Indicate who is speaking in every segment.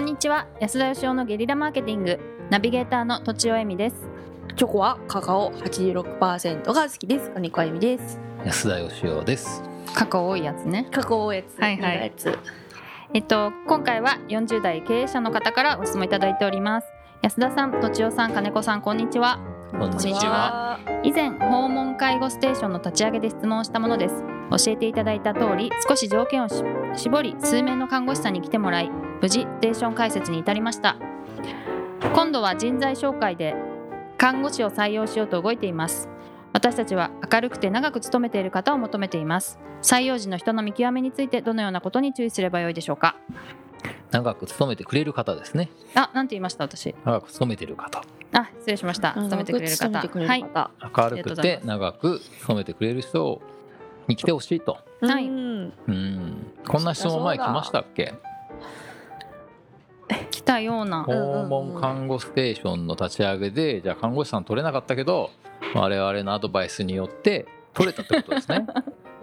Speaker 1: にちは安田義雄のゲリラマーケティングナビゲーターのとちおえみです
Speaker 2: チョコはカカオ86%が好きです。金子あゆみです。
Speaker 3: 安田義雄です。
Speaker 1: 過去多いやつね
Speaker 2: カカオやつ。
Speaker 1: はいはい
Speaker 2: 苦やつ
Speaker 1: えっと今回は40代経営者の方からご質問いただいております安田さんとちおさん金子さんこんにちは
Speaker 3: こんに
Speaker 1: ちは。以前訪問介護ステーションの立ち上げで質問したものです教えていただいた通り少し条件をし絞り数名の看護師さんに来てもらい無事ステーション開設に至りました今度は人材紹介で看護師を採用しようと動いています私たちは明るくて長く勤めている方を求めています採用時の人の見極めについてどのようなことに注意すればよいでしょうか
Speaker 3: 長く勤めてくれる方ですね。
Speaker 1: あ、なんて言いました私
Speaker 3: 長く勤めてる方。
Speaker 1: あ、失礼しました勤めてくれる
Speaker 2: 勤
Speaker 1: 方
Speaker 2: めてくれる
Speaker 1: はい、
Speaker 2: 方。
Speaker 3: 明るくて長く勤めてくれる人に来てほしいと。
Speaker 1: はい
Speaker 2: うん
Speaker 3: うん。こんな質問前来ましたっけ？
Speaker 1: 来たような
Speaker 2: うだ
Speaker 3: 訪問看護ステーションの立ち上げで、じゃあ看護師さん取れなかったけど、我々のアドバイスによって取れたってことです ね。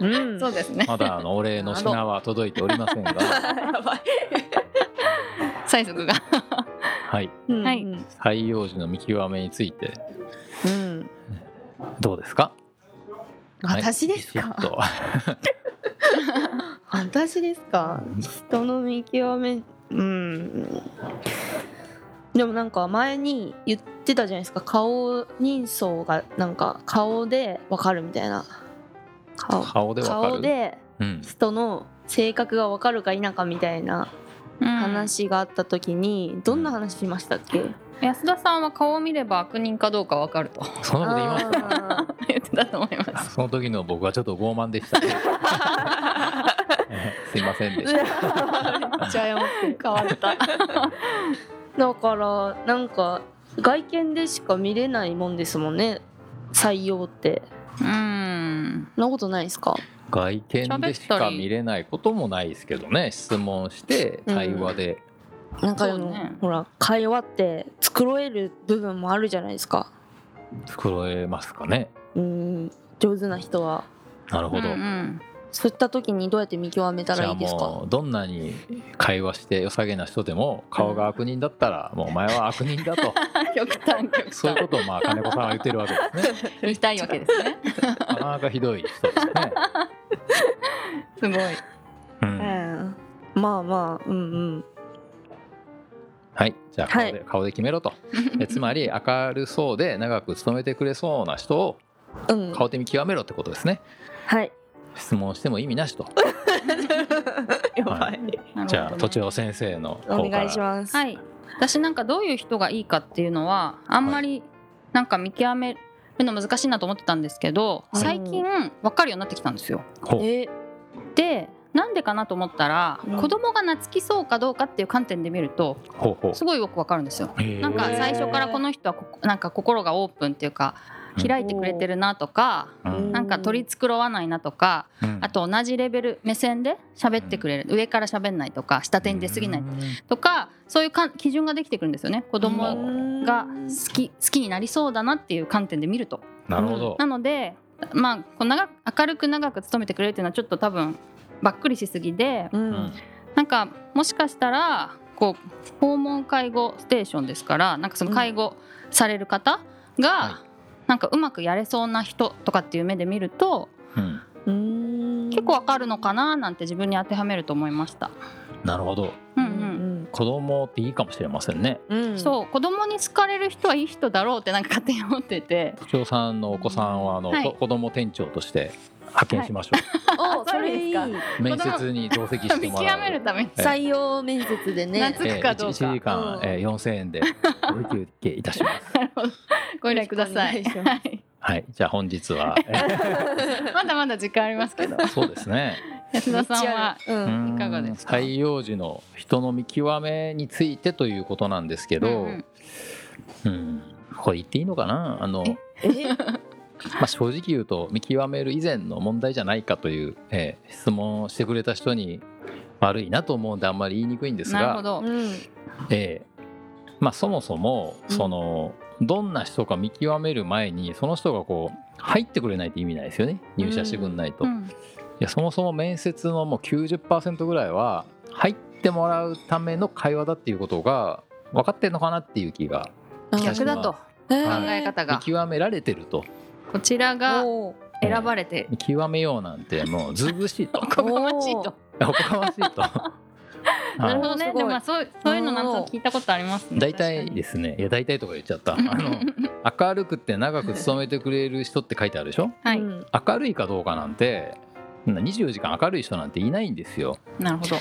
Speaker 2: うん。
Speaker 1: そうですね
Speaker 3: まだあのお礼の品は届いておりませんが、
Speaker 2: やばい。
Speaker 1: 催促 が
Speaker 3: はい。
Speaker 2: は
Speaker 1: いう
Speaker 3: 採用時の見極めについて
Speaker 2: ん。
Speaker 3: どうですか？はい
Speaker 2: 私です
Speaker 3: ビ
Speaker 2: か
Speaker 3: シッ。と
Speaker 2: 私ですか。人の見極め。うん。でもなんか前に言ってたじゃないですか顔認証がなんか顔でわかるみたいな顔
Speaker 3: 顔でわかる。
Speaker 2: 顔で
Speaker 3: うん。
Speaker 2: 人の性格がわかるか否かみたいな話があった時に、どんな話しましたっけ
Speaker 1: 安田さんは顔を見れば悪人かどうかわかると
Speaker 3: そんなこと言います。
Speaker 2: あー
Speaker 1: 言ってたと思いま
Speaker 3: あ
Speaker 1: す。
Speaker 3: その時の僕はちょっと傲慢 でした、 ね、すいませんでし た
Speaker 2: めっちゃ謝って変わった だからなんか外見でしか見れないもんですもんね採用って
Speaker 1: うん。
Speaker 2: そんなことないですか
Speaker 3: 外見でしか見れないこともないですけどね質問して
Speaker 2: うん
Speaker 3: 対話で、
Speaker 2: なんかで
Speaker 1: そ
Speaker 2: も、
Speaker 1: うね
Speaker 2: ほら会話って繕える部分もあるじゃないですか
Speaker 3: 作れますかね
Speaker 2: うん上手な人は
Speaker 3: なるほど、
Speaker 1: うんうん
Speaker 2: そういった時にどうやって見極めた
Speaker 3: じ
Speaker 2: ら
Speaker 3: ゃ
Speaker 2: い
Speaker 3: あ
Speaker 2: いですか
Speaker 3: もうどんなに会話して良さげな人でも顔が悪人だったらもうお前は悪人 だと
Speaker 1: 極端極端。
Speaker 3: そういうことをまあ金子さんは言ってるわけ ですね
Speaker 1: 言いたいわけですね。
Speaker 3: なかなかひどい人ですね、
Speaker 1: すごい。
Speaker 3: うん、
Speaker 2: ええまあまあうんうん
Speaker 3: はいじゃあ顔で,、
Speaker 2: は
Speaker 3: 顔で決めろとえつまり明るそうで長く勤めてくれそうな人を
Speaker 2: うん
Speaker 3: 顔で見極めろってことですね
Speaker 2: はい。
Speaker 3: 質問しても意味なしと。
Speaker 2: や
Speaker 3: ばいじゃあ、土地尾先生の
Speaker 2: お
Speaker 3: 方か
Speaker 2: 願いし
Speaker 3: ら。
Speaker 2: ます。
Speaker 1: はい。私なんかどういう人がいいかっていうのはあんまりなんか見極めるの難しいなと思ってたんですけど、
Speaker 2: はい
Speaker 1: 最近わかるようになってきたんですよ。
Speaker 3: ほう
Speaker 2: え、
Speaker 1: で。なんでかなと思ったら、
Speaker 2: うん
Speaker 1: 子供が懐きそうかどうかっていう観点で見ると
Speaker 3: ほうほ
Speaker 1: すごいよくわかるんですよ。
Speaker 3: う。へー
Speaker 1: なんか最初からこの人はこなんか心がオープンっていうか
Speaker 3: うん
Speaker 1: 開いてくれてるなとか、
Speaker 3: うん
Speaker 1: なんか取り繕わないなとか、
Speaker 3: うん
Speaker 1: あと同じレベル目線で喋ってくれる、上から喋んないとか下手に出過ぎないとかそういうかん基準ができてくるんですよね子供が好き好きになりそうだなっていう観点で見ると。
Speaker 3: なるほど
Speaker 1: な。ので、まあ、こう長く明るく長く勤めてくれるっていうのはちょっと多分ばっくりしすぎで
Speaker 2: う
Speaker 3: うん
Speaker 2: ん。
Speaker 1: なんかもしかしたらこう訪問介護ステーションですからなんかその介護される方が、
Speaker 3: は
Speaker 1: なんかうまくやれそうな人とかっていう目で見ると
Speaker 3: うん
Speaker 2: うん
Speaker 1: 結構わかるのかななんて自分に当てはめると思いました。
Speaker 3: なるほど。
Speaker 1: う
Speaker 2: うん
Speaker 1: うん
Speaker 2: ん
Speaker 3: 子供っていいかもしれませんね。
Speaker 2: うん。うん。
Speaker 1: そう子供に好かれる人はいい人だろうってなんか勝手に思ってて
Speaker 3: 土地尾さんのお子さんはあの
Speaker 1: はい
Speaker 3: と子供店長として派遣しましょ
Speaker 2: お、
Speaker 1: そ
Speaker 2: そ
Speaker 1: れ
Speaker 2: れ
Speaker 1: い
Speaker 2: い
Speaker 1: い
Speaker 2: い。
Speaker 3: う。面接に同席して
Speaker 1: 見
Speaker 3: も
Speaker 1: 極
Speaker 3: らう。
Speaker 1: めるために
Speaker 3: ええ
Speaker 2: 採用面接でね。
Speaker 1: 夏つくかどうか
Speaker 3: えー一一時間
Speaker 2: うん
Speaker 3: えー4000円でご休憩いたします。
Speaker 1: ご依頼ください。
Speaker 2: よろしくお願い
Speaker 1: はい
Speaker 3: はい。じゃあ本日はえ
Speaker 1: まだまだ時間ありますけど
Speaker 3: ーそうですね。
Speaker 1: 安田さんは。
Speaker 2: うん。
Speaker 1: いかがですか
Speaker 3: うん採用時の人の見極めについてということなんですけど、
Speaker 1: う
Speaker 3: うんんこれ言っていいのかなあの
Speaker 1: え、
Speaker 2: え、
Speaker 3: まあ、正直言うと見極める以前の問題じゃないかという、えー質問をしてくれた人に悪いなと思うんであんまり言いにくいんです
Speaker 1: なるほ
Speaker 3: が、
Speaker 1: ど。
Speaker 2: うん。
Speaker 3: えーまあ、そもそも
Speaker 2: うん
Speaker 3: その、どんな人か見極める前にその人がこう入ってくれないと意味ないですよね入社してくれないと。
Speaker 1: うん
Speaker 3: いやそもそも面接のもう90%ぐらいは入っってもらうための会話だっていうことが分かってんのかなっていう気が
Speaker 1: 逆だと考
Speaker 2: 考
Speaker 1: え方
Speaker 3: 見
Speaker 1: が
Speaker 3: 極められてると
Speaker 1: こちらが
Speaker 2: おー
Speaker 1: 選ばれて
Speaker 3: 見極めようなんてもうずうずうしい と お
Speaker 1: おこがましいと。
Speaker 3: こがましいと
Speaker 1: なるほ
Speaker 3: は
Speaker 1: ど
Speaker 2: す
Speaker 1: ね。
Speaker 2: ごい
Speaker 1: でもまあそうそういうのなん
Speaker 2: なる
Speaker 1: と
Speaker 2: ほど
Speaker 1: 聞いたことありますね。
Speaker 3: い大
Speaker 1: 確か
Speaker 3: 体
Speaker 1: に
Speaker 3: ですねいや大体とか言っちゃったあの明るくて長く勤めてくれる人って書いてあるでしょ
Speaker 1: は
Speaker 2: う
Speaker 1: い。
Speaker 2: ん
Speaker 3: 明るいかどうかなんてそんな24時間明るい人なんていないんですよ
Speaker 1: なるほど。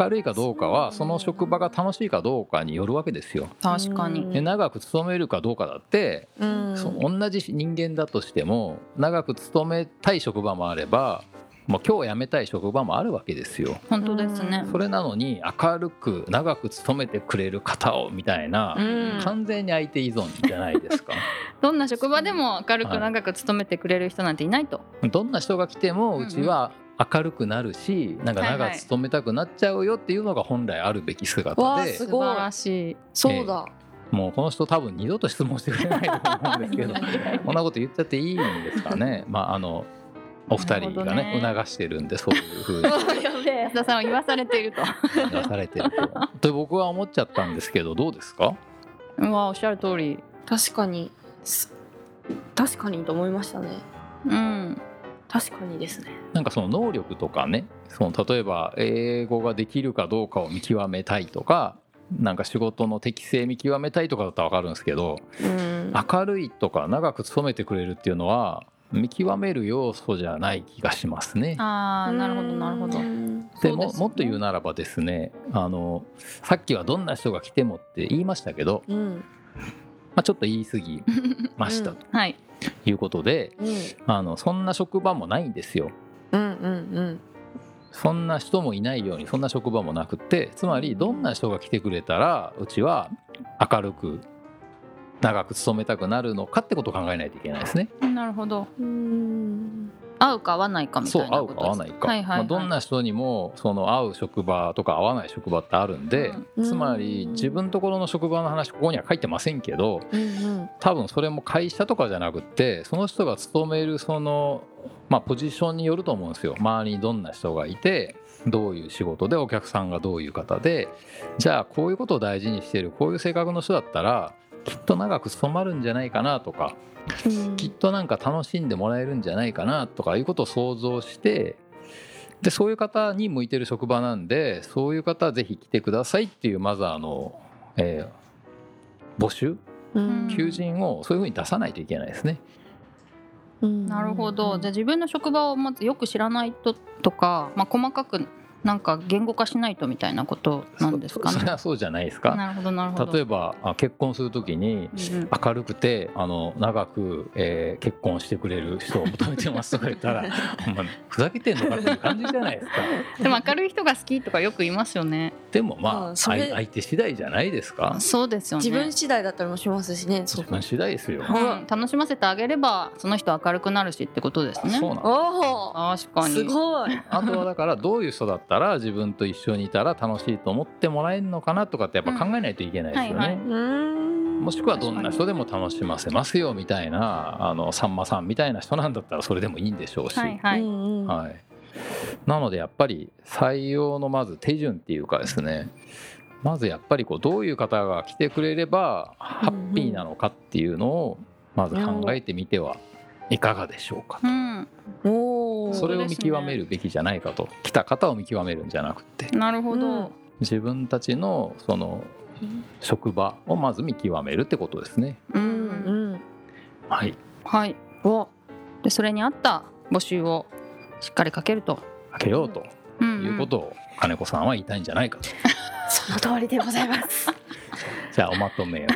Speaker 3: 明るいかどうかは
Speaker 2: そ
Speaker 3: そう
Speaker 2: なん
Speaker 3: の
Speaker 2: だ
Speaker 3: 職場が楽しいかどうかによるわけですよ
Speaker 1: 確かに。
Speaker 3: で長く勤めるかどうかだって
Speaker 2: うん
Speaker 3: その同じ人間だとしても長く勤めたい職場もあればもう今日辞めたい職場もあるわけですよ
Speaker 1: 本当ですね
Speaker 2: う。ん
Speaker 3: それなのに明るく長く勤めてくれる方をみたいな
Speaker 2: うん
Speaker 3: 完全に相手依存じゃないで すか
Speaker 1: どんな職場でも明るく長く勤めてくれる人なんていないと。
Speaker 3: どんな人が来て
Speaker 1: うん
Speaker 3: も
Speaker 1: う
Speaker 3: うんちは明るくなるしなんか長く勤めたくなっちゃうよっていうのが本来あるべき
Speaker 2: わ
Speaker 3: 姿
Speaker 2: あ
Speaker 3: です
Speaker 1: 素
Speaker 2: ごい
Speaker 1: 晴らしい。
Speaker 2: そうだ
Speaker 3: もうこの人多分二度と質問してくれないと思うん ですけどこんなこと言っちゃっていいんですかねまああのお二人が
Speaker 1: な
Speaker 3: ね
Speaker 1: るほどね
Speaker 3: 促してるんでそういうふうに
Speaker 2: やべえ
Speaker 1: 安田さんは言わされていると。
Speaker 3: 出されてる とと僕は思っちゃったんですけどどうですか
Speaker 1: うわおっしゃる通り。
Speaker 2: 確かにす確かにと思いましたね
Speaker 1: うん。
Speaker 2: 確かにですね
Speaker 3: なんかその能力とかねその例えば英語ができるかどうかを見極めたいとかなんか仕事の適性見極めたいとかだったら分かるんですけど
Speaker 2: うん
Speaker 3: 明るいとか長く勤めてくれるっていうのは見極める要素じゃない気がしますね。
Speaker 1: ああなるほどなるほど
Speaker 2: う。ん
Speaker 3: で
Speaker 1: そう
Speaker 3: も
Speaker 1: ですね
Speaker 3: もっと言うならばですねあのさっきはどんな人が来てもって言いましたけど、
Speaker 2: うん
Speaker 3: まあ、ちょっと言い 過ぎました
Speaker 2: うん
Speaker 3: と
Speaker 1: はい。
Speaker 3: いうことで、
Speaker 2: うん
Speaker 3: あのそんな職場もないんですよ。
Speaker 2: うんうん
Speaker 3: そんな人もいないようにそんな職場もなくってつまりどんな人が来てくれたらうちは明るく長く勤めたくなるのかってことを考えないといけないですね。
Speaker 1: なるほど。
Speaker 2: うん
Speaker 1: 合うか合わないかみた
Speaker 3: そう
Speaker 1: いな
Speaker 3: 合う
Speaker 1: こと
Speaker 3: か
Speaker 1: です。
Speaker 3: 合わないか、
Speaker 1: はいはい、
Speaker 3: ま
Speaker 1: は
Speaker 3: あ、
Speaker 1: い。
Speaker 3: どんな人にもその合う職場とか合わない職場ってあるんで、
Speaker 2: うん
Speaker 3: つまり自分のところの職場の話ここには書いてませんけど
Speaker 2: うん
Speaker 3: 多分それも会社とかじゃなくってその人が勤めるその、まあ、ポジションによると思うんですよ周りにどんな人がいてどういう仕事でお客さんがどういう方でじゃあこういうことを大事にしてるこういう性格の人だったらきっと長く務まるんじゃないかなとか
Speaker 2: うん
Speaker 3: きっとなんか楽しんでもらえるんじゃないかなとかいうことを想像してでそういう方に向いてる職場なんでそういう方ぜひ来てくださいっていうまずあの、えー募集
Speaker 2: うん
Speaker 3: 求人をそういうふうに出さないといけないですね。
Speaker 2: うん
Speaker 1: なるほど。じゃあ
Speaker 2: ゃ
Speaker 1: 自分の職場をまずよく知らないととか、まあ細かくなんか言語化しないとみたいなことなんですか
Speaker 3: そそ れ
Speaker 1: ね。
Speaker 3: はそうじゃないですか。
Speaker 1: なるほどなるほど。
Speaker 3: 例えばあ結婚するときに
Speaker 1: うんうん
Speaker 3: 明るくてあの長く、えー結婚してくれる人を求めてますとか言ったら お前ふざけてんのかっていう感じじゃないですか
Speaker 1: でも明るい人が好きとかよく言いますよね。
Speaker 3: でもま
Speaker 2: あ
Speaker 3: あ
Speaker 2: それ
Speaker 3: 相相手次第じゃないですか
Speaker 1: そうですよね。
Speaker 2: 自分次第だったりもしますしねそ
Speaker 3: 自
Speaker 2: う
Speaker 3: 分次第ですよ、
Speaker 1: うん楽しませてあげればその人明るくなるしってことですね。
Speaker 3: そうなんです
Speaker 2: おお
Speaker 1: 確かに。
Speaker 2: すごい
Speaker 3: あとはだからどういう人だったら自分と一緒にいたら楽しいと思ってもらえるのかなとかってやっぱ考えないといけないですよね、
Speaker 1: うんはいはい
Speaker 2: うん
Speaker 3: もしくはどんな人でも楽しませますよみたいなあのさんまさんみたいな人なんだったらそれでもいいんでしょうし、
Speaker 1: はいはい。
Speaker 2: うんうん
Speaker 3: はいなのでやっぱり採用のまず手順っていうかですねまずやっぱりこうどういう方が来てくれればハッピーなのかっていうのをまず考えてみてはいかがでしょうか
Speaker 1: うん。
Speaker 2: おお
Speaker 3: それを見極めるべきじゃないかと来た方を見極めるんじゃなくて
Speaker 1: なるほど。
Speaker 3: 自分たちのその職場をまず見極めるってことですね。
Speaker 1: う
Speaker 2: うん
Speaker 1: ん。
Speaker 2: うん
Speaker 3: はい
Speaker 1: はい。
Speaker 2: お
Speaker 1: でそれに合った募集をしっかりかけると。
Speaker 3: かけようと
Speaker 1: うんうん
Speaker 3: いうことを金子さんは言いたいんじゃないか と。
Speaker 2: その通りでございます
Speaker 3: じゃあおまとめを。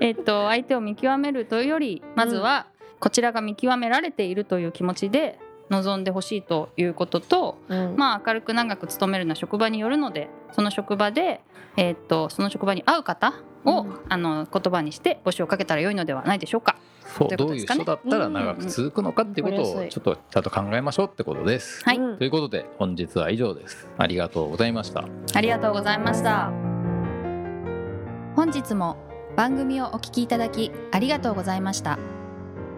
Speaker 1: えっと相手を見極めるというよりまずはこちらが見極められているという気持ちで望んでほしいということと、
Speaker 2: ま
Speaker 1: まあ、明るく長く勤めるのは職場によるのでその職場で、えっとその職場に合う方を、
Speaker 2: うん
Speaker 1: あの言葉にして募集をかけたら良いのではないでしょうか。
Speaker 3: そう
Speaker 1: というこ
Speaker 3: ど
Speaker 1: と
Speaker 3: う
Speaker 1: で
Speaker 3: い
Speaker 1: す
Speaker 3: う
Speaker 1: かね
Speaker 3: 人だったら長く続くのかっていうこと
Speaker 2: うんう
Speaker 3: を
Speaker 2: ん
Speaker 3: ちょっとちゃんと考えましょうってことです。
Speaker 1: はい
Speaker 3: ということで本日は以上です。ありがとうございました。
Speaker 1: ありがとうございました。本日も番組をお聞きいただきありがとうございました。